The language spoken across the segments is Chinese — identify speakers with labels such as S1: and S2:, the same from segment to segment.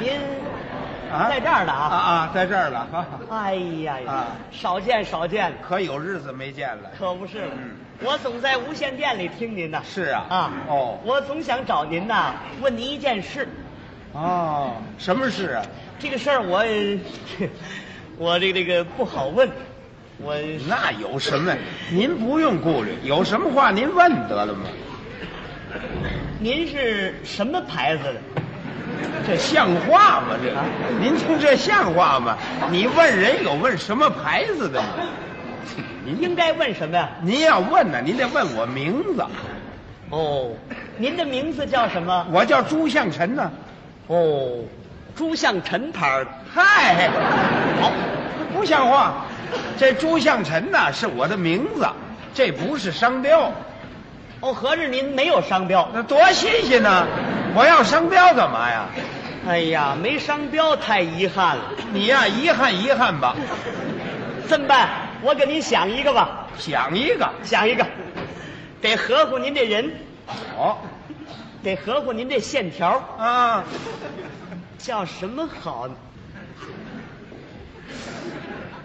S1: 您
S2: 啊，
S1: 在这儿的
S2: 啊
S1: 啊？
S2: 啊，在这儿了啊，
S1: 哎呀呀
S2: 啊，
S1: 少见少见，
S2: 可有日子没见了。
S1: 可不是
S2: 嗯。
S1: 我总在无线电里听您呐。
S2: 是啊
S1: 啊
S2: 哦
S1: 我总想找您呐，问您一件事。
S2: 哦，什么事啊？
S1: 这个事儿我， 我这个这个不好问，我
S2: 那有什么？您不用顾虑，有什么话您问得了吗？
S1: 您是什么牌子的？
S2: 这像话吗？这
S1: 啊
S2: 您听这像话吗？你问人有问什么牌子的吗？您
S1: 应该问什么呀？
S2: 您要问呢，您得问我名字，
S1: 哦，您的名字叫什么？
S2: 我叫朱向臣呢。
S1: 哦，朱向臣牌儿的。
S2: 嗨，好，不像话。这朱向臣呐是我的名字，这不是商标，
S1: 哦，合着您没有商标？
S2: 那多新鲜呢！我要商标干嘛呀？
S1: 哎呀，没商标太遗憾了。
S2: 你呀、遗憾遗憾吧，
S1: 这么办，我给您想一个吧，
S2: 想一个。
S1: 想一个，得合乎您这人，
S2: 好
S1: 得合乎您这线条，
S2: 啊，
S1: 叫什么好呢？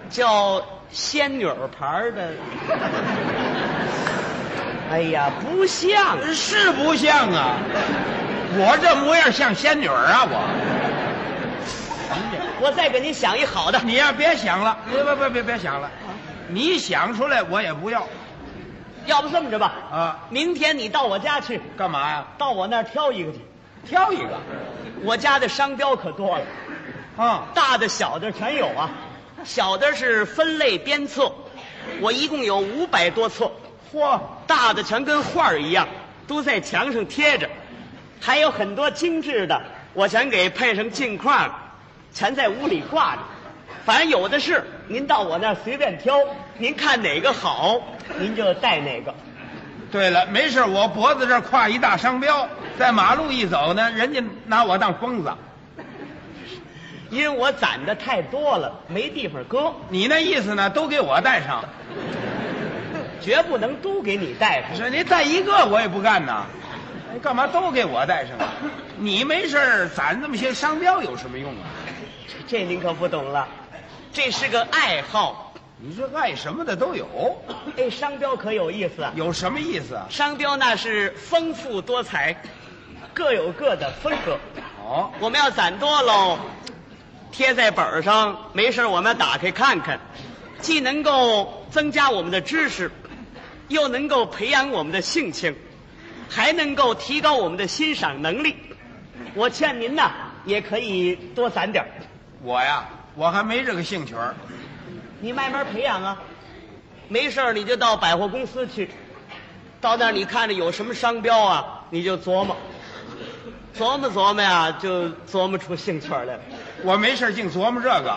S1: 叫仙女儿牌儿的。哎呀，不像，啊
S2: 是不像啊！我这模样像仙女儿啊！我，
S1: 我再给您想一好的。
S2: 你呀、别想了，别别别别别想了，你想出来我也不要
S1: 要不这么着吧，
S2: 啊！
S1: 明天你到我家去，
S2: 干嘛呀？
S1: 到我那儿挑一个去。
S2: 挑一个
S1: 我家的商标可多了，
S2: 啊！
S1: 大的小的全有啊。小的是分类编册，我一共有五百多册，
S2: 嚯，
S1: 大的全跟画儿一样，都在墙上贴着，还有很多精致的，我全给配上镜框了，全在屋里挂着。反正有的是，您到我那儿随便挑，您看哪个好，您就带哪个。
S2: 对了，没事，我脖子这儿挎一大商标，在马路一走呢，人家拿我当疯子。
S1: 因为我攒的太多了，没地方搁，
S2: 你那意思呢？都给我带上，
S1: 绝不能都给你带上。
S2: 是你带一个我也不干呐。哎干嘛都给我带上啊？你没事儿攒那么些商标有什么用啊？
S1: 这您可不懂了，这是个爱好。
S2: 你这爱什么的都有，
S1: 哎，商标可有意思啊！
S2: 有什么意思啊？
S1: 商标那是丰富多彩，各有各的风格。
S2: 哦，
S1: 我们要攒多喽，贴在本儿上，没事儿我们打开看看，既能够增加我们的知识，又能够培养我们的性情，还能够提高我们的欣赏能力。我劝您呐，也可以多攒点儿，
S2: 我呀，我还没这个兴趣儿。
S1: 你慢慢培养啊。没事儿你就到百货公司去，到那儿你看着有什么商标啊，你就琢磨，琢磨琢磨呀，就琢磨出兴趣儿来了。
S2: 我没事儿净琢磨这个，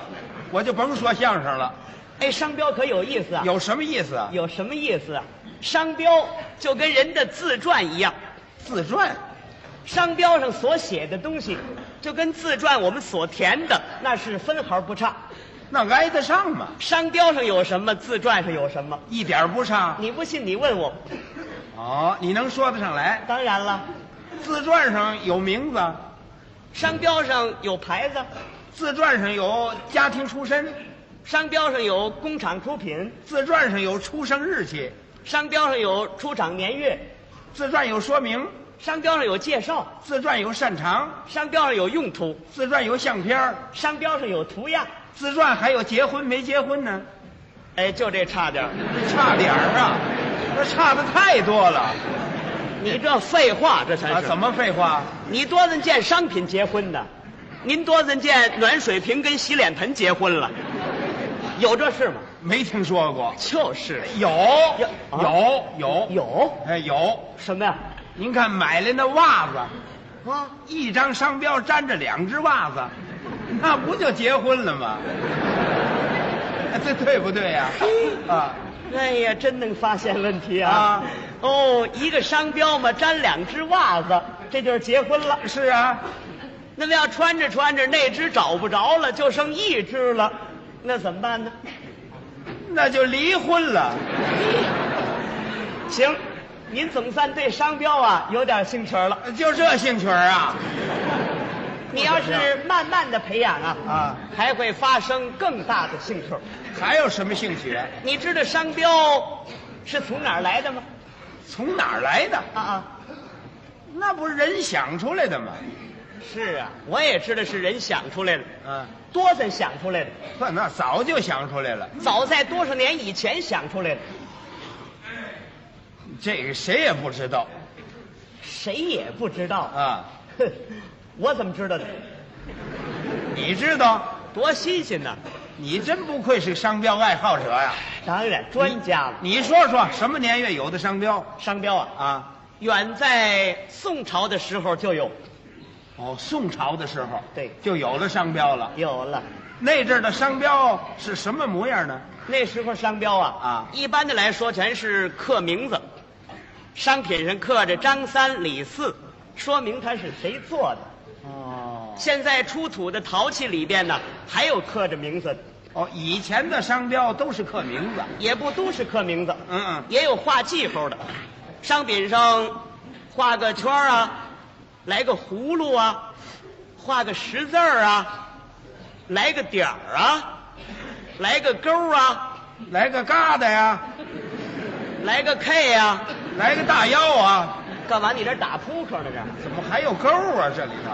S2: 我就甭说相声了。
S1: 哎，商标可有意思啊！
S2: 有什么意思啊？
S1: 有什么意思啊？商标就跟人的自传一样，
S2: 自传，
S1: 商标上所写的东西，就跟自传我们所填的那是分毫不差。
S2: 那挨得上吗？
S1: 商标上有什么，自传上有什么？
S2: 一点儿不差。
S1: 你不信，你问我。
S2: 哦，你能说得上来？
S1: 当然了，
S2: 自传上有名字，
S1: 商标上有牌子，
S2: 自传上有家庭出身，
S1: 商标上有工厂出品，
S2: 自传上有出生日期，
S1: 商标上有出厂年月，
S2: 自传有说明，
S1: 商标上有介绍，
S2: 自传有擅长，
S1: 商标上有用途，
S2: 自传有相片儿，
S1: 商标上有图样。
S2: 自传还有结婚没结婚呢，
S1: 哎，就这差点儿
S2: 差点儿啊，那差的太多了
S1: 你这废话，这才是。
S2: 啊！怎么废话？
S1: 你多咱见商品结婚的，您多咱见暖水瓶跟洗脸盆结婚了，有这事吗？
S2: 没听说过，
S1: 就是
S2: 有
S1: 有
S2: 有有
S1: 有
S2: 哎有，
S1: 什么呀？
S2: 您看买来那袜子，
S1: 啊，
S2: 一张商标粘着两只袜子，那不就结婚了吗？ 哎这对不对呀、啊？
S1: 哎呀，真能发现问题啊！
S2: 啊
S1: 哦，一个商标嘛，粘两只袜子，这就是结婚了。
S2: 是啊，
S1: 那么要穿着穿着，那只找不着了，就剩一只了，那怎么办呢？
S2: 那就离婚了。
S1: 行，您总算对商标啊有点兴趣了。
S2: 就这兴趣儿啊？
S1: 你要是慢慢的培养啊，
S2: 啊
S1: 还会发生更大的兴趣。
S2: 还有什么啊兴趣？
S1: 你知道商标是从哪儿来的吗？
S2: 从哪儿来的？
S1: 啊啊，
S2: 那不是人想出来的吗？
S1: 是啊，我也知道是人想出来的，
S2: 啊，
S1: 多森想出来的，
S2: 呵，那早就想出来了。
S1: 早在多少年以前想出来的，
S2: 这个谁也不知道
S1: 谁也不知道。
S2: 啊，
S1: 哼，我怎么知道的？
S2: 你知道？
S1: 多新鲜呐！
S2: 你真不愧是商标爱好者呀、
S1: 当然，专家了。
S2: 你说说什么年月有的商标
S1: 商标啊，
S2: 啊？
S1: 远在宋朝的时候就有，
S2: 哦，宋朝的时候，
S1: 对
S2: 就有了商标了。
S1: 有了。
S2: 那阵儿的商标是什么模样呢？
S1: 那时候商标啊
S2: 啊
S1: 一般的来说全是刻名字，商品上刻着张三李四，说明它是谁做的。
S2: 哦
S1: 现在出土的陶器里边呢，还有刻着名字的，
S2: 哦，以前的商标都是刻名字。
S1: 也不都是刻名字，
S2: 嗯嗯
S1: 也有画记号的，商品上画个圈儿啊，来个葫芦啊，画个十字儿啊，来个点儿啊，来个勾儿啊，
S2: 来个疙瘩呀，
S1: 来个 K 呀、
S2: 来个大腰啊，
S1: 干嘛？你这打扑克呢？这
S2: 怎么还有勾啊？这里头。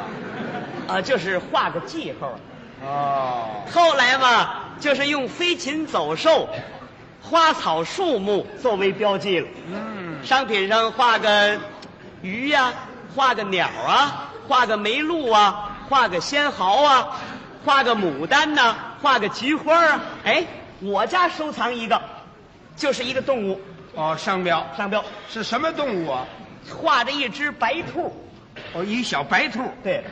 S1: 啊，就是画个记号。
S2: 哦，
S1: 后来嘛，就是用飞禽走兽、花草树木作为标记了。
S2: 嗯，
S1: 商品上画个鱼呀、画个鸟啊，画个梅鹿啊，画个仙毫啊，画个牡丹呐、画个菊花啊。哎，我家收藏一个，就是一个动物
S2: 哦，商标
S1: 商标，
S2: 是什么动物啊？
S1: 画着一只白兔。
S2: 哦，一小白兔。
S1: 对了。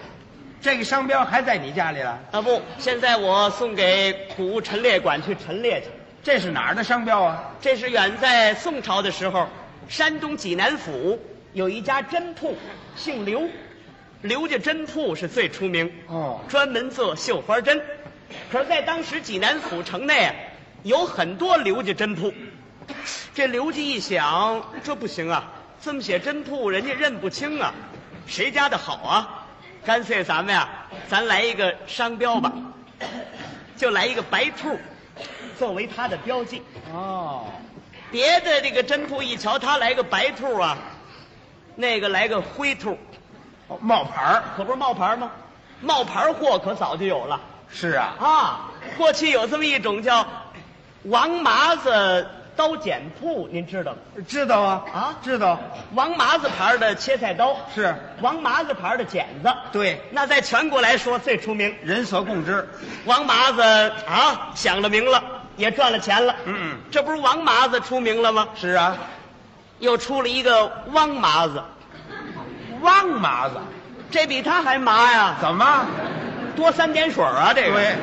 S2: 这个商标还在你家里了？
S1: 啊不，现在我送给古物陈列馆去陈列去。
S2: 这是哪儿的商标啊？
S1: 这是远在宋朝的时候，山东济南府有一家针铺，姓刘，刘家针铺是最出名，
S2: 哦
S1: 专门做绣花针。可是，在当时济南府城内啊，有很多刘家针铺。这刘家一想，这不行啊，这么写针铺，人家认不清啊，谁家的好啊？干脆咱们呀、咱来一个商标吧，就来一个白兔，作为它的标记。
S2: 哦，
S1: 别的这个真铺一瞧，他来个白兔啊，那个来个灰兔，
S2: 哦冒牌儿。
S1: 可不是冒牌吗？冒牌货可早就有了
S2: 是啊，
S1: 啊！过去有这么一种叫王麻子刀剪铺，您知道吗？
S2: 知道啊
S1: 啊
S2: 知道
S1: 王麻子牌的切菜刀，
S2: 是
S1: 王麻子牌的剪子，
S2: 对
S1: 那在全国来说最出名。
S2: 人所共知。
S1: 王麻子啊，响了名了，也赚了钱了。
S2: 嗯嗯
S1: 这不是王麻子出名了吗？
S2: 是啊，
S1: 又出了一个汪麻子。
S2: 汪麻子
S1: 这比他还麻呀，
S2: 怎么？
S1: 多三点水儿啊！这个
S2: 对，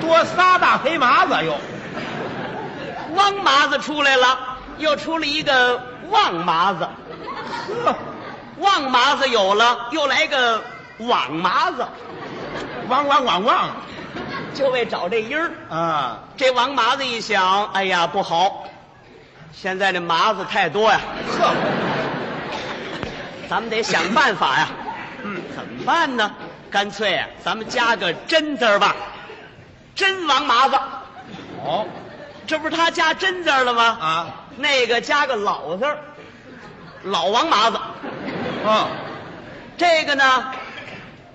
S2: 多仨大黑麻子又。
S1: 汪麻子出来了，又出了一个旺麻子，
S2: 呵，
S1: 旺麻子有了，又来个网麻子，
S2: 汪汪汪汪
S1: 就为找这音儿。
S2: 啊！
S1: 这王麻子一想，哎呀，不好，现在这麻子太多呀，
S2: 呵，
S1: 咱们得想办法呀。
S2: 嗯，
S1: 怎么办呢？干脆啊，咱们加个真字儿吧，真王麻子，
S2: 哦
S1: 这不是他加真字儿了吗？
S2: 啊，
S1: 那个加个老字儿，老王麻子。
S2: 嗯，
S1: 这个呢，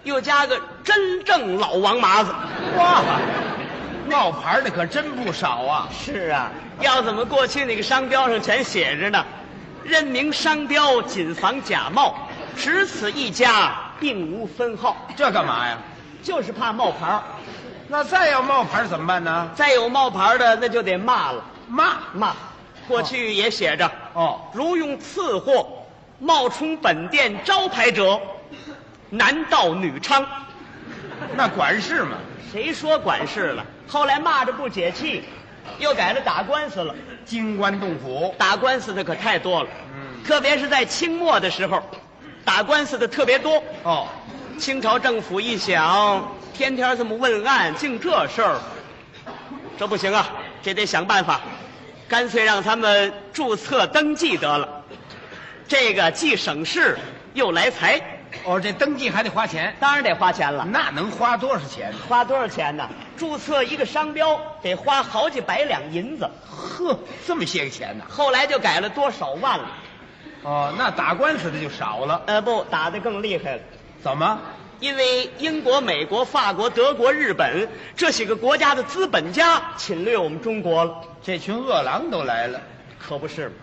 S1: 又加个真正老王麻子。
S2: 哇，冒牌的可真不少啊。
S1: 是啊，要怎么过去那个商标上全写着呢？任明商标，谨防假冒，只此一家，并无分号，
S2: 这干嘛呀？
S1: 就是怕冒牌儿。
S2: 那再要冒牌怎么办呢？
S1: 再有冒牌儿的，那就得骂了，
S2: 骂
S1: 骂。过去也写着，
S2: 哦，
S1: 如用次货冒充本店招牌者，男盗女娼。
S2: 那管事嘛。
S1: 谁说管事了？后来骂着不解气，又改了打官司了。
S2: 金官洞府。
S1: 打官司的可太多了，
S2: 嗯
S1: 特别是在清末的时候，打官司的特别多。
S2: 哦，
S1: 清朝政府一想，天天这么问案，净这事儿，这不行啊，这得想办法，干脆让他们注册登记得了，这个既省事又来财。
S2: 哦，这登记还得花钱，
S1: 当然得花钱了。
S2: 那能花多少钱？
S1: 花多少钱呢？注册一个商标得花好几百两银子，
S2: 呵，这么些个钱呐、
S1: 后来就改了多少万了。
S2: 哦，那打官司的就少了。
S1: 呃，不，打得更厉害了。
S2: 怎么？
S1: 因为英国、美国、法国、德国、日本这几个国家的资本家侵略我们中国了，
S2: 这群饿狼都来了？
S1: 可不是吗？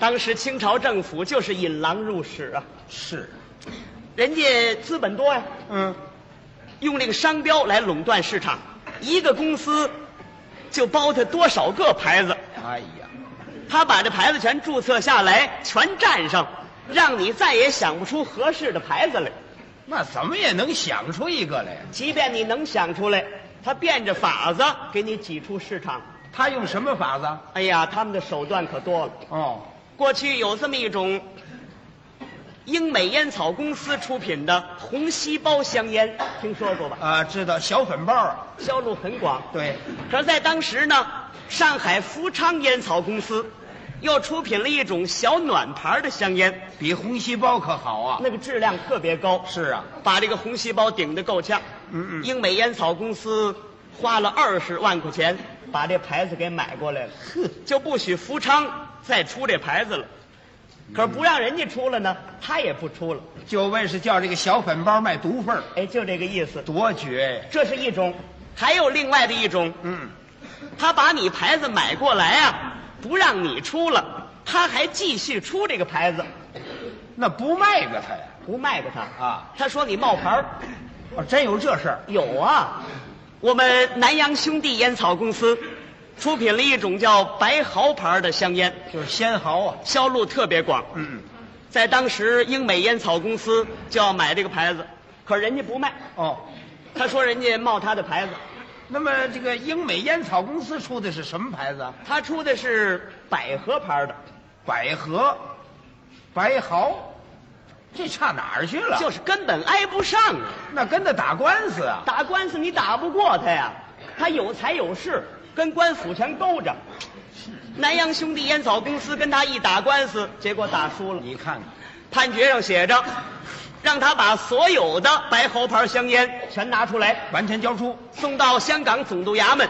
S1: 当时清朝政府就是引狼入室啊，
S2: 是，
S1: 人家资本多呀、
S2: 嗯，
S1: 用这个商标来垄断市场，一个公司就包它多少个牌子，
S2: 哎呀，
S1: 他把这牌子全注册下来，全占上，让你再也想不出合适的牌子来。
S2: 那怎么也能想出一个来呀？
S1: 即便你能想出来，他变着法子给你挤出市场。
S2: 他用什么法子？
S1: 哎呀，他们的手段可多了。
S2: 哦，
S1: 过去有这么一种英美烟草公司出品的红细胞香烟，听说过吧？
S2: 啊，知道小粉包啊，
S1: 销路很广。
S2: 对，
S1: 可是，在当时呢，上海福昌烟草公司又出品了一种小暖牌的香烟，
S2: 比红细胞可好啊。
S1: 那个质量特别高，
S2: 是啊，
S1: 把这个红细胞顶得够呛。
S2: 嗯嗯
S1: 英美烟草公司花了二十万块钱把这牌子给买过来了，就不许福昌再出这牌子了。可是不让人家出了呢，他也不出了。
S2: 就为是叫这个小粉包卖毒贩儿，
S1: 哎，就这个意思。
S2: 多绝呀！
S1: 这是一种，还有另外的一种，
S2: 嗯，
S1: 他把你牌子买过来啊，不让你出了，他还继续出这个牌子，
S2: 那不卖给他呀？
S1: 不卖给他
S2: 啊。
S1: 他说你冒牌 儿
S2: 哦，真有这事儿？
S1: 有啊，我们南洋兄弟烟草公司出品了一种叫白毫牌的香烟，
S2: 就是仙毫啊。
S1: 销路特别广。
S2: 嗯，
S1: 在当时，英美烟草公司就要买这个牌子，可人家不卖，
S2: 哦，
S1: 他说人家冒他的牌子，
S2: 那么这个英美烟草公司出的是什么牌子啊？
S1: 他出的是百合牌的，
S2: 百合、白毫，这差哪儿去了？
S1: 就是根本挨不上啊。
S2: 那跟他打官司啊？
S1: 打官司你打不过他呀，他有财有势，跟官府全勾着。南洋兄弟烟草公司跟他一打官司，结果打输了。
S2: 你看看，
S1: 判决上写着，让他把所有的白猴牌香烟全拿出来，
S2: 完全交出。
S1: 送到香港总督衙门，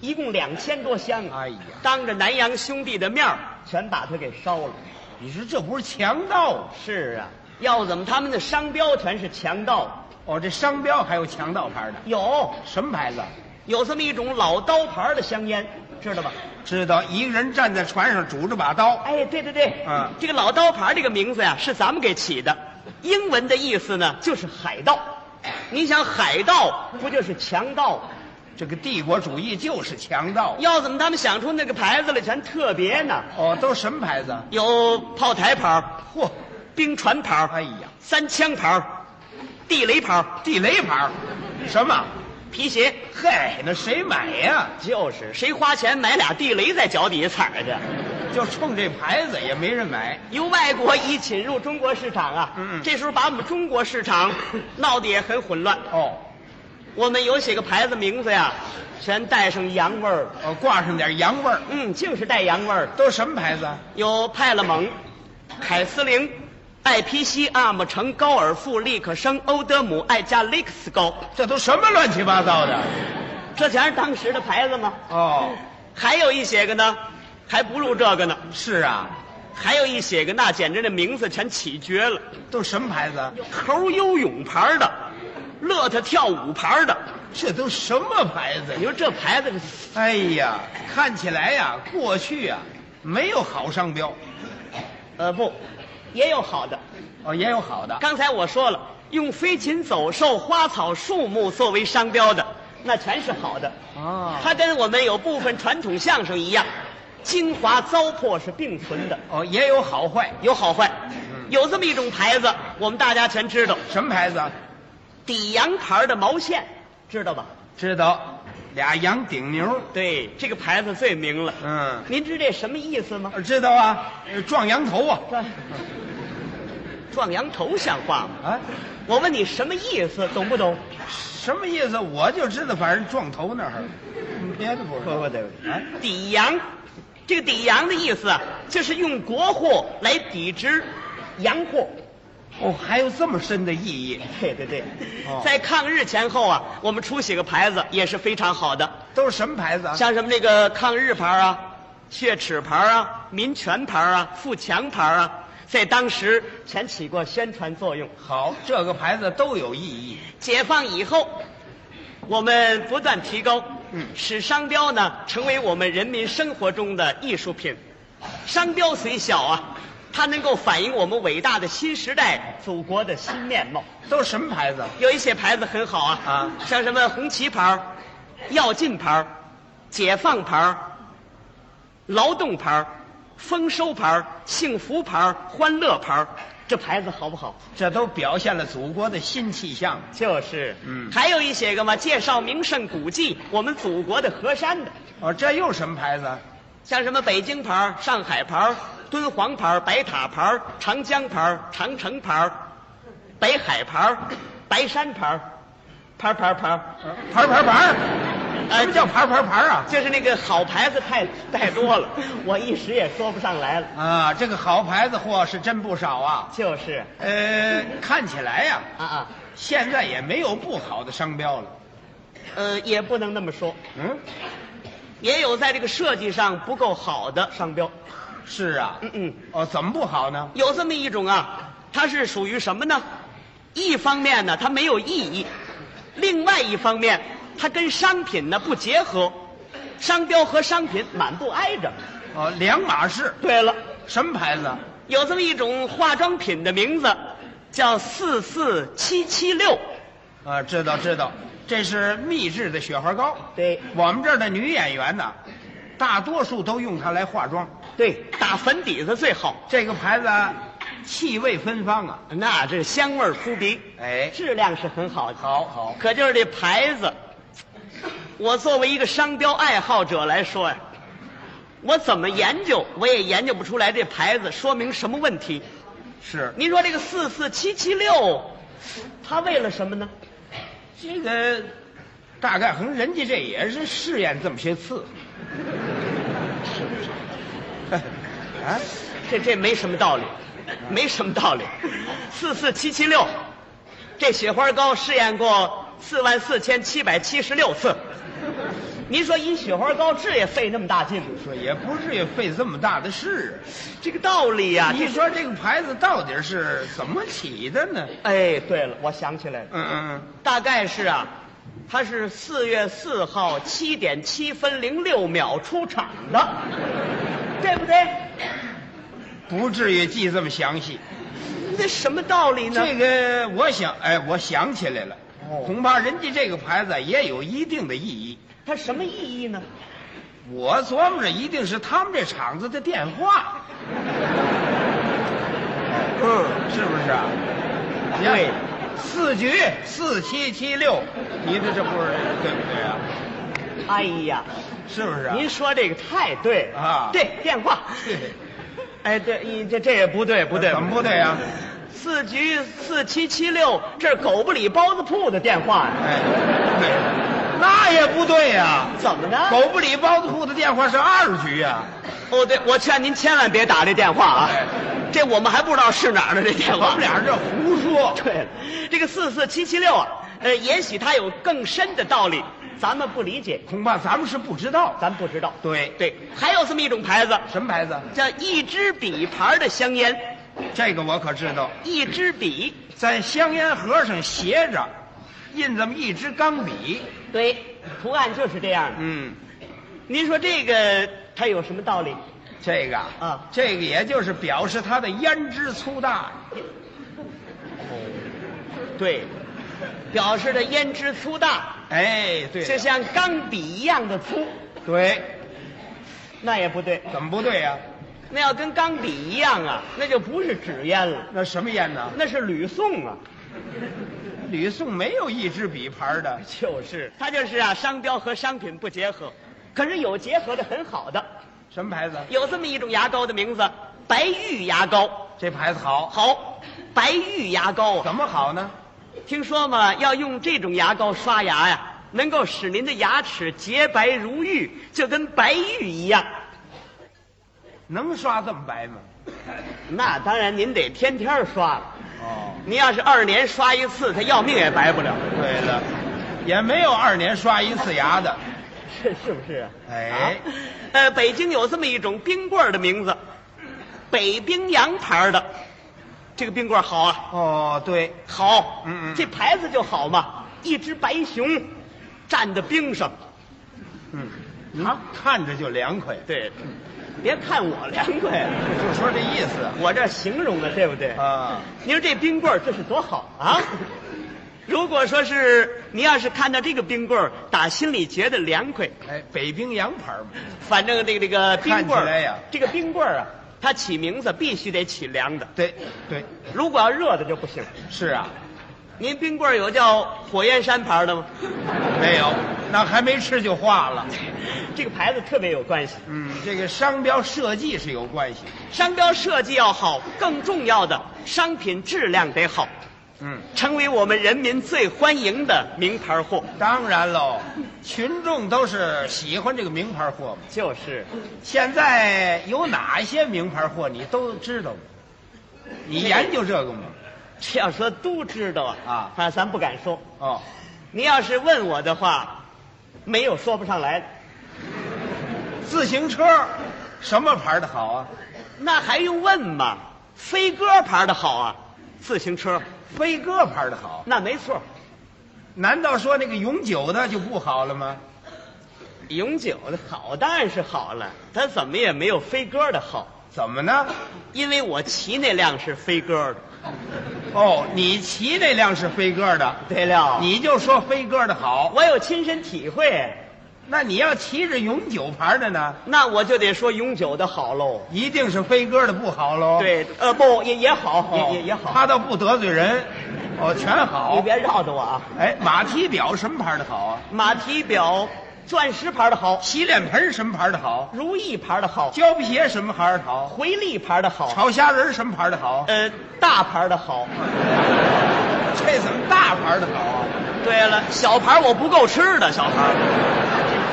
S1: 一共两千多箱啊！
S2: 哎呀
S1: 当着南洋兄弟的面儿全把他给烧了。
S2: 你说这不是强盗吗？
S1: 是啊，要怎么他们的商标全是强盗？
S2: 哦，这商标还有强盗牌的，
S1: 有
S2: 什么牌子？
S1: 有这么一种老刀牌的香烟，知道吧？
S2: 知道一个人站在船上拄着把刀，
S1: 哎，对对对，
S2: 嗯
S1: 这个老刀牌这个名字呀、是咱们给起的，英文的意思呢就是海盗。你想海盗不就是强盗？
S2: 这个帝国主义就是强盗。
S1: 要怎么他们想出那个牌子来全特别呢？
S2: 哦，都什么牌子？
S1: 有炮台牌、
S2: 嚯，
S1: 冰船牌、
S2: 哎呀，
S1: 三枪牌、地雷牌、
S2: 地雷牌，什么？
S1: 皮鞋，
S2: 嗨，那谁买呀？
S1: 就是谁花钱买俩地雷在脚底下踩着？
S2: 就冲这牌子也没人买。
S1: 由外国一侵入中国市场啊，
S2: 嗯嗯嗯
S1: 这时候把我们中国市场闹得也很混乱。
S2: 哦，
S1: 我们有几个牌子名字呀，全带上洋味儿，
S2: 哦，挂上点洋味儿，
S1: 嗯，净是带洋味儿。
S2: 都什么牌子？
S1: 有派勒蒙、凯斯林、艾皮西、阿姆城、高尔夫、利克生、欧德姆、艾加雷克斯高，
S2: 这都什么乱七八糟的？
S1: 这全是当时的牌子吗？
S2: 哦，
S1: 还有一些个呢，还不如这个呢。
S2: 是啊，
S1: 还有一些个那简直那名字全起绝了，
S2: 都什么牌子？
S1: 猴游泳牌的，乐特跳舞牌的，
S2: 这都什么牌子
S1: 你
S2: 呀？
S1: 说这牌子
S2: 哎呀，看起来呀，过去呀，没有好商标，
S1: 呃不，也有好的。
S2: 哦，也有好的。
S1: 刚才我说了，用飞禽走兽、花草树木作为商标的，那全是好的。
S2: 啊
S1: 它跟我们有部分传统相声一样，精华糟粕是并存的，
S2: 哦，也有好坏。
S1: 有好坏。有这么一种牌子，我们大家全知道，
S2: 什么牌子？啊
S1: 底洋牌的毛线，知道吧？
S2: 知道，俩羊顶牛。
S1: 对，这个牌子最明了。
S2: 嗯，
S1: 您知这什么意思吗？
S2: 呃知道啊，呃撞羊头啊。
S1: 撞壮阳头像话吗？
S2: 啊，
S1: 我问你什么意思，懂不懂？
S2: 什么意思？我就知道，反正撞头那儿，别的不知道。
S1: 对不
S2: 啊，
S1: 抵洋，这个抵洋的意思啊，就是用国货来抵制洋货。
S2: 哦，还有这么深的意义，
S1: 对对对，
S2: 哦
S1: 在抗日前后啊，我们出写个牌子也是非常好的，
S2: 都是什么牌子啊？
S1: 像什么这个抗日牌啊、血耻牌啊、民权牌啊、富强牌啊，在当时全起过宣传作用。
S2: 好，这个牌子都有意义。
S1: 解放以后，我们不断提高，
S2: 嗯
S1: 使商标呢成为我们人民生活中的艺术品。商标虽小啊，它能够反映我们伟大的新时代、祖国的新面貌。
S2: 都是什么牌子？
S1: 有一些牌子很好啊，
S2: 啊
S1: 像什么红旗牌儿、跃进牌儿、解放牌儿、劳动牌儿、丰收牌儿、幸福牌儿、欢乐牌儿，这牌子好不好？
S2: 这都表现了祖国的新气象。
S1: 就是，
S2: 嗯
S1: 还有一些个嘛，介绍名胜古迹，我们祖国的河山的，
S2: 哦，这又什么牌子？
S1: 像什么北京牌儿、上海牌儿、敦煌牌儿、白塔牌儿、长江牌儿、长城牌儿、北海牌儿、白山牌儿，牌儿牌儿牌儿。
S2: 呃牌牌牌，
S1: 哎
S2: 什么叫牌牌牌啊？
S1: 就是那个好牌子太太多了，我一时也说不上来了。
S2: 啊，这个好牌子货是真不少啊。
S1: 就是
S2: 呃，看起来呀、
S1: 啊啊，
S2: 现在也没有不好的商标了。
S1: 呃，也不能那么说，
S2: 嗯，
S1: 也有在这个设计上不够好的商标。
S2: 是啊。
S1: 嗯嗯，
S2: 哦，怎么不好呢？
S1: 有这么一种啊，它是属于什么呢？一方面呢，它没有意义；另外一方面，它跟商品呢不结合，商标和商品满不挨着。
S2: 哦，两码事。
S1: 对了，
S2: 什么牌子？
S1: 有这么一种化妆品的名字叫四四七七六。
S2: 啊，知道知道，这是秘制的雪花膏。
S1: 对
S2: 我们这儿的女演员呢，大多数都用它来化妆。
S1: 对，打粉底子最好。
S2: 这个牌子啊气味芬芳啊，
S1: 那这香味儿扑鼻，
S2: 哎，
S1: 质量是很好的。
S2: 好好，
S1: 可就是这牌子，我作为一个商标爱好者来说呀，我怎么研究我也研究不出来这牌子说明什么问题。
S2: 是
S1: 您说这个四四七七六，它为了什么呢？
S2: 这个大概可能人家这也是试验这么些次，啊，
S1: 这这没什么道理，没什么道理。四四七七六，这雪花膏试验过四万四千七百七十六次。您说一雪花膏治也费那么大劲，
S2: 说也不至于费这么大的事。啊
S1: 这个道理呀、
S2: 你说这个牌子到底是怎么起的呢？
S1: 哎，对了，我想起来了，
S2: 嗯嗯，
S1: 大概是啊，他是四月四号七点七分零六秒出场 的，对不对？
S2: 嗯不至于记这么详细。
S1: 那什么道理呢？
S2: 这个我想，哎，我想起来了，恐怕人家这个牌子也有一定的意义。
S1: 它什么意义呢？
S2: 我琢磨着一定是他们这厂子的电话，
S1: 嗯，
S2: 是不是啊？哎
S1: 对，
S2: 四局四七七六，你这这不是对不对啊？
S1: 哎呀，
S2: 是不是啊？
S1: 您说这个太对了
S2: 啊
S1: 对，电 话。
S2: 对
S1: 哎，对，你这这也不对，不对，
S2: 怎么不对啊？
S1: 四局四七七六，这是狗不理包子铺的电话呀、
S2: 哎，对，那也不对呀、
S1: 怎么呢？
S2: 狗不理包子铺的电话是二局啊。
S1: 哦，对，我劝您千万别打这电话啊
S2: 哎，
S1: 这我们还不知道是哪儿的这电
S2: 我
S1: 话。
S2: 们俩这胡说，
S1: 对了，这个四四七七六啊，呃，也许它有更深的道理，咱们不理解，
S2: 恐怕咱们是不知道。
S1: 咱不知道。
S2: 对，
S1: 对，还有这么一种牌子，
S2: 什么牌子？
S1: 叫一支笔牌的香烟，
S2: 这个我可知道，
S1: 一支笔，
S2: 在香烟盒上斜着印这么一支钢笔。
S1: 对，图案就是这样的。
S2: 嗯，
S1: 您说这个它有什么道理？
S2: 这个
S1: 啊
S2: 这个也就是表示它的胭脂粗大。
S1: 对，表示的胭脂粗大，
S2: 哎，对了，
S1: 就像钢笔一样的粗，
S2: 对，
S1: 那也不对。
S2: 怎么不对啊呀、
S1: 那要跟钢笔一样啊，那就不是纸烟了，
S2: 那什么烟呢？
S1: 那是吕宋啊。
S2: 吕宋没有一支笔牌的。
S1: 就是，它就是啊，商标和商品不结合，可是有结合的很好的，
S2: 什么牌子？
S1: 有这么一种牙膏的名字——白玉牙膏。
S2: 这牌子好，
S1: 好，白玉牙膏啊，
S2: 怎么好呢？
S1: 听说嘛，要用这种牙膏刷牙呀、能够使您的牙齿洁白如玉，就跟白玉一样。
S2: 能刷这么白吗？
S1: 那当然，您得天天刷了。
S2: 哦哦，
S1: 您要是二年刷一次，他要命也白不了，
S2: 对了，也没有二年刷一次牙的。
S1: 是是不是啊？
S2: 哎，
S1: 呃，北京有这么一种冰棍儿的名字，北冰洋牌儿的，这个冰棍儿好啊，
S2: 哦，对，
S1: 好，
S2: 嗯嗯
S1: 这牌子就好嘛，一只白熊站在冰上，
S2: 嗯，他看着就凉快，
S1: 对，别看我凉快，
S2: 就说这意思
S1: 我这形容的对不对？
S2: 啊。
S1: 您说这冰棍儿这是多好 啊！如果说是您要是看到这个冰棍儿，打心里觉得凉快。
S2: 哎，北冰洋牌嘛，
S1: 反正这个这个冰棍
S2: 看起来
S1: 儿
S2: 呀，
S1: 这个冰棍儿啊，它起名字必须得起凉的，
S2: 对对，
S1: 如果要热的就不行。
S2: 是啊，
S1: 您冰棍儿有叫火焰山牌的吗？
S2: 没有，那还没吃就化了。
S1: 这个牌子特别有关系，
S2: 嗯，这个商标设计是有关系。
S1: 商标设计要好，更重要的商品质量得好，
S2: 嗯，
S1: 成为我们人民最欢迎的名牌货。
S2: 当然喽，群众都是喜欢这个名牌货嘛。
S1: 就是，
S2: 现在有哪些名牌货你都知道吗？你研究这个吗？
S1: 这要说都知道啊，
S2: 啊
S1: 啊，咱不敢说。
S2: 哦，
S1: 您要是问我的话，没有说不上来的，
S2: 自行车，什么牌的好啊？
S1: 那还用问吗？飞鸽牌的好啊，自行车。
S2: 飞鸽牌的好？
S1: 那没错，
S2: 难道说那个永久的就不好了吗？
S1: 永久的好当然是好了，它怎么也没有飞鸽的好，
S2: 怎么呢？
S1: 因为我骑那辆是飞鸽的。
S2: 哦，你骑那辆是飞鸽的，
S1: 对了，
S2: 你就说飞鸽的好。
S1: 我有亲身体会，
S2: 那你要骑着永久牌的呢，
S1: 那我就得说永久的好喽。
S2: 一定是飞鸽的不好喽。
S1: 对，呃，不也也好，
S2: 哦，
S1: 也也也好。
S2: 他倒不得罪人，哦，全好
S1: 你。别绕着我啊！
S2: 哎，马蹄表什么牌的好啊？
S1: 马蹄表，钻石牌的好，
S2: 洗脸盆什么牌的好？
S1: 如意牌的好，
S2: 胶皮鞋什么牌的好？
S1: 回力牌的好，
S2: 炒虾仁什么牌的好？
S1: 呃，大牌的好。
S2: 这怎么大牌的好啊？
S1: 对了，小牌我不够吃的，小牌。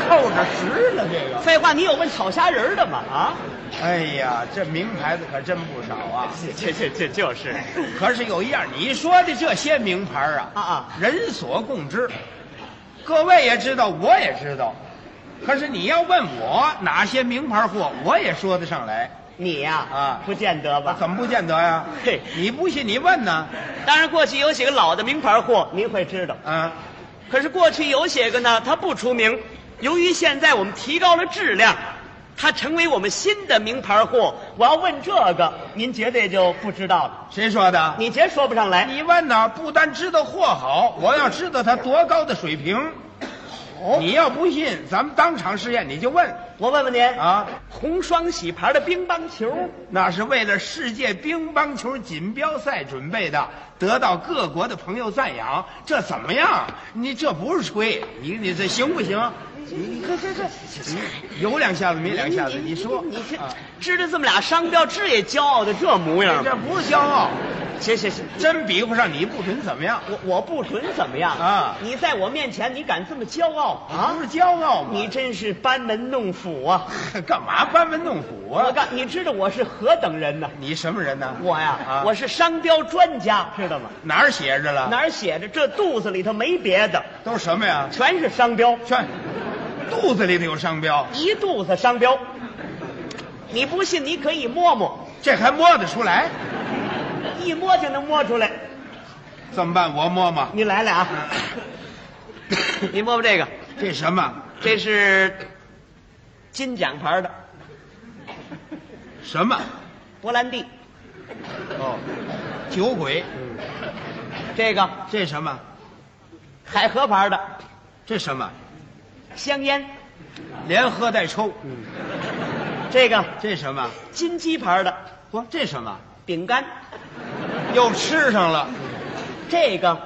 S2: 扣着食了这个。
S1: 废话，你有问炒虾仁儿的吗？啊，
S2: 哎呀，这名牌子可真不少啊。
S1: 这这这就是。
S2: 可是有一样，你说的这些名牌啊，
S1: 啊啊
S2: 人所共知，各位也知道，我也知道。可是你要问我哪些名牌货，我也说得上来，
S1: 你呀、
S2: 啊
S1: 不见得 吧？
S2: 怎么不见得呀？
S1: 嘿
S2: 你不信你问呢？
S1: 当然，过去有几个老的名牌货，您会知道。
S2: 啊，
S1: 可是过去有些个呢，它不出名。由于现在我们提高了质量，它成为我们新的名牌货。我要问这个，您绝对就不知道了，
S2: 谁说的？
S1: 你绝说不上来。
S2: 你问呢？不单知道货好，我要知道它多高的水平。
S1: 哦
S2: 你要不信，咱们当场试验，你就问
S1: 我问问您，
S2: 啊。
S1: 红双喜牌的乒乓球，
S2: 那是为了世界乒乓球锦标赛准备的，得到各国的朋友赞扬。这怎么样？你这不是吹，你你这行不行？
S1: 你这这这，
S2: 你有两下子没两下子，你说，
S1: 你这
S2: 啊
S1: 知道这么俩商标，这也骄傲的这模样
S2: 你这不是骄傲，
S1: 行行行，
S2: 真比不上你不准怎么样？
S1: 我我不准怎么样
S2: 啊
S1: 你在我面前，你敢这么骄傲
S2: 你不是骄傲吗？
S1: 你真是班门弄斧啊！
S2: 干嘛班门弄斧
S1: 我
S2: 啊？
S1: 告你知道我是何等人呢？
S2: 你什么人呢？
S1: 我呀，
S2: 啊
S1: 我是商标专家，知道吗？
S2: 哪儿写着了？
S1: 哪儿写着这肚子里头没别的，
S2: 都什么呀？
S1: 全是商标，
S2: 全肚子里头有商标，
S1: 一肚子商标。你不信，你可以摸摸，
S2: 这还摸得出来？
S1: 一摸就能摸出来。
S2: 怎么办？我摸摸。
S1: 你来来啊， 你摸摸这个，
S2: 这什么？
S1: 这是金奖牌的
S2: 什么？
S1: 勃兰地，
S2: 哦，酒鬼，
S1: 这个
S2: 这什么？
S1: 海河牌的
S2: 这什么？
S1: 香烟，
S2: 连喝带抽，
S1: 这个
S2: 这什么？
S1: 金鸡牌的
S2: 不，这什么？
S1: 饼干，
S2: 又吃上了，
S1: 这个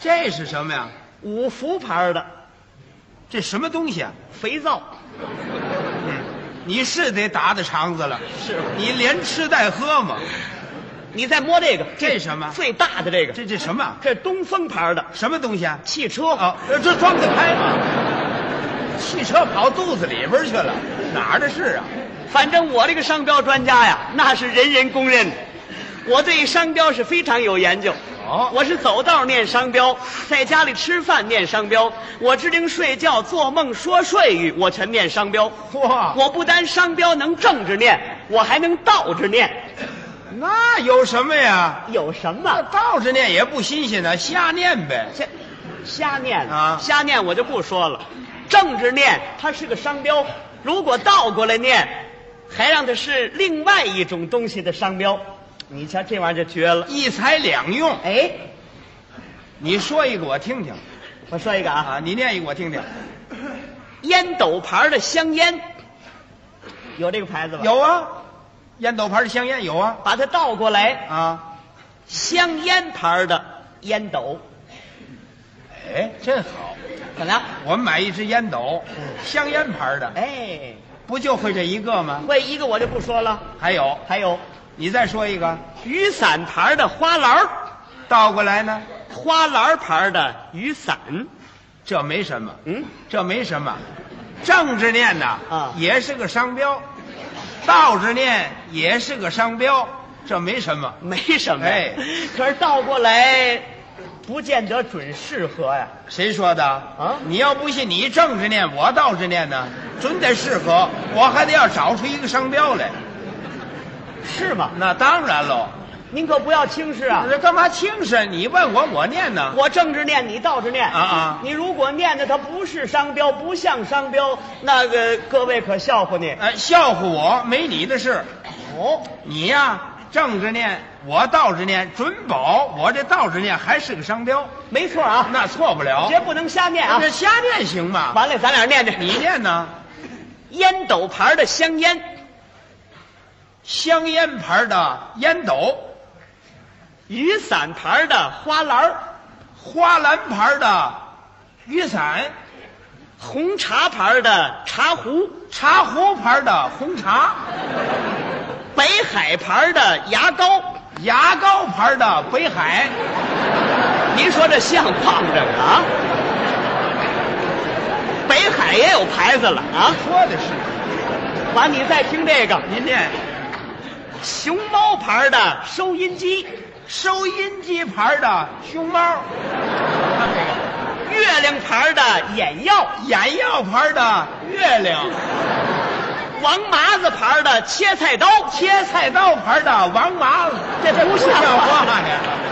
S2: 这是什么呀？
S1: 五福牌的
S2: 这什么东西啊？
S1: 肥皂，
S2: 你是得打打肠子了，
S1: 是
S2: 你连吃带喝嘛？
S1: 你再摸这个，
S2: 这什么
S1: 最大的这个，
S2: 这这什么？
S1: 这东风牌的
S2: 什么东西啊？
S1: 汽车，
S2: 啊，呃这装得开吗？汽车跑肚子里边去了，哪儿的事啊？
S1: 反正我这个商标专家呀，那是人人公认的。我对商标是非常有研究。
S2: 哦
S1: 我是走道念商标，在家里吃饭念商标，我支灵睡觉、做梦说睡语，我全念商标。
S2: 哇，
S1: 我不单商标能正着念，我还能倒着念。
S2: 那有什么呀？
S1: 有什
S2: 那
S1: 么？
S2: 倒着念也不新鲜呢，瞎念呗。
S1: 瞎瞎念
S2: 啊
S1: 瞎念我就不说了。正着念它是个商标，如果倒过来念，还让它是另外一种东西的商标。你瞧这玩意儿就绝了。
S2: 一材两用，
S1: 哎，
S2: 你说一个我听听
S1: 我说一个啊，
S2: 啊，你念一个我听听。
S1: 烟斗牌的香烟，有这个牌子吧？，
S2: 有啊，烟斗牌的香烟有啊
S1: 把它倒过来，
S2: 啊，
S1: 香烟牌的烟斗，
S2: 哎，真好，
S1: 怎么样？
S2: 我们买一支烟斗，香烟牌的，
S1: 哎，
S2: 不就会这一个吗？
S1: 会一个我就不说了。
S2: 还有，
S1: 还有
S2: 你再说一个，
S1: 雨伞牌的花篮儿，
S2: 倒过来呢，
S1: 花篮儿牌的雨伞，
S2: 这没什么，
S1: 嗯，
S2: 这没什么，正着念呐，
S1: 啊
S2: 也是个商标，倒着念也是个商标，这没什么。
S1: 没什么。
S2: 哎，
S1: 可是倒过来，不见得准适合呀、
S2: 谁说的
S1: 啊
S2: 你要不信，你正着念，我倒着念呢，准得适合，我还得要找出一个商标来。
S1: 是吗？
S2: 那当然喽，
S1: 您可不要轻视啊！
S2: 这干嘛轻声？你问我，我念呢。
S1: 我正着念，你倒着念
S2: 啊啊
S1: 你如果念的它不是商标，不像商标，那个各位可笑话你。
S2: 哎，笑话我没你的事，
S1: 哦，
S2: 你呀正着念，我倒着念，准保我这倒着念还是个商标，
S1: 没错啊，
S2: 那错不了。
S1: 绝不能瞎念啊
S2: 这！瞎念行吗？
S1: 完了，咱俩念念。
S2: 你念呢？
S1: 烟斗牌的香烟，
S2: 香烟牌的烟斗，
S1: 雨伞牌的花篮儿，
S2: 花篮牌的雨伞，
S1: 红茶牌的茶壶，
S2: 茶壶牌的红茶，
S1: 北海牌的牙膏。
S2: 牙膏牌的北海。
S1: 您说这像话吗？这个啊？北海也有牌子了啊！
S2: 说的是，
S1: 完，你再听这个
S2: 您念
S1: 熊猫牌的收音机。
S2: 收音机牌的熊猫，
S1: 月亮牌的眼药，
S2: 眼药牌的月亮，
S1: 王麻子牌的切菜刀，
S2: 切菜刀牌的王麻子，
S1: 这不像
S2: 像
S1: 话
S2: 话呀！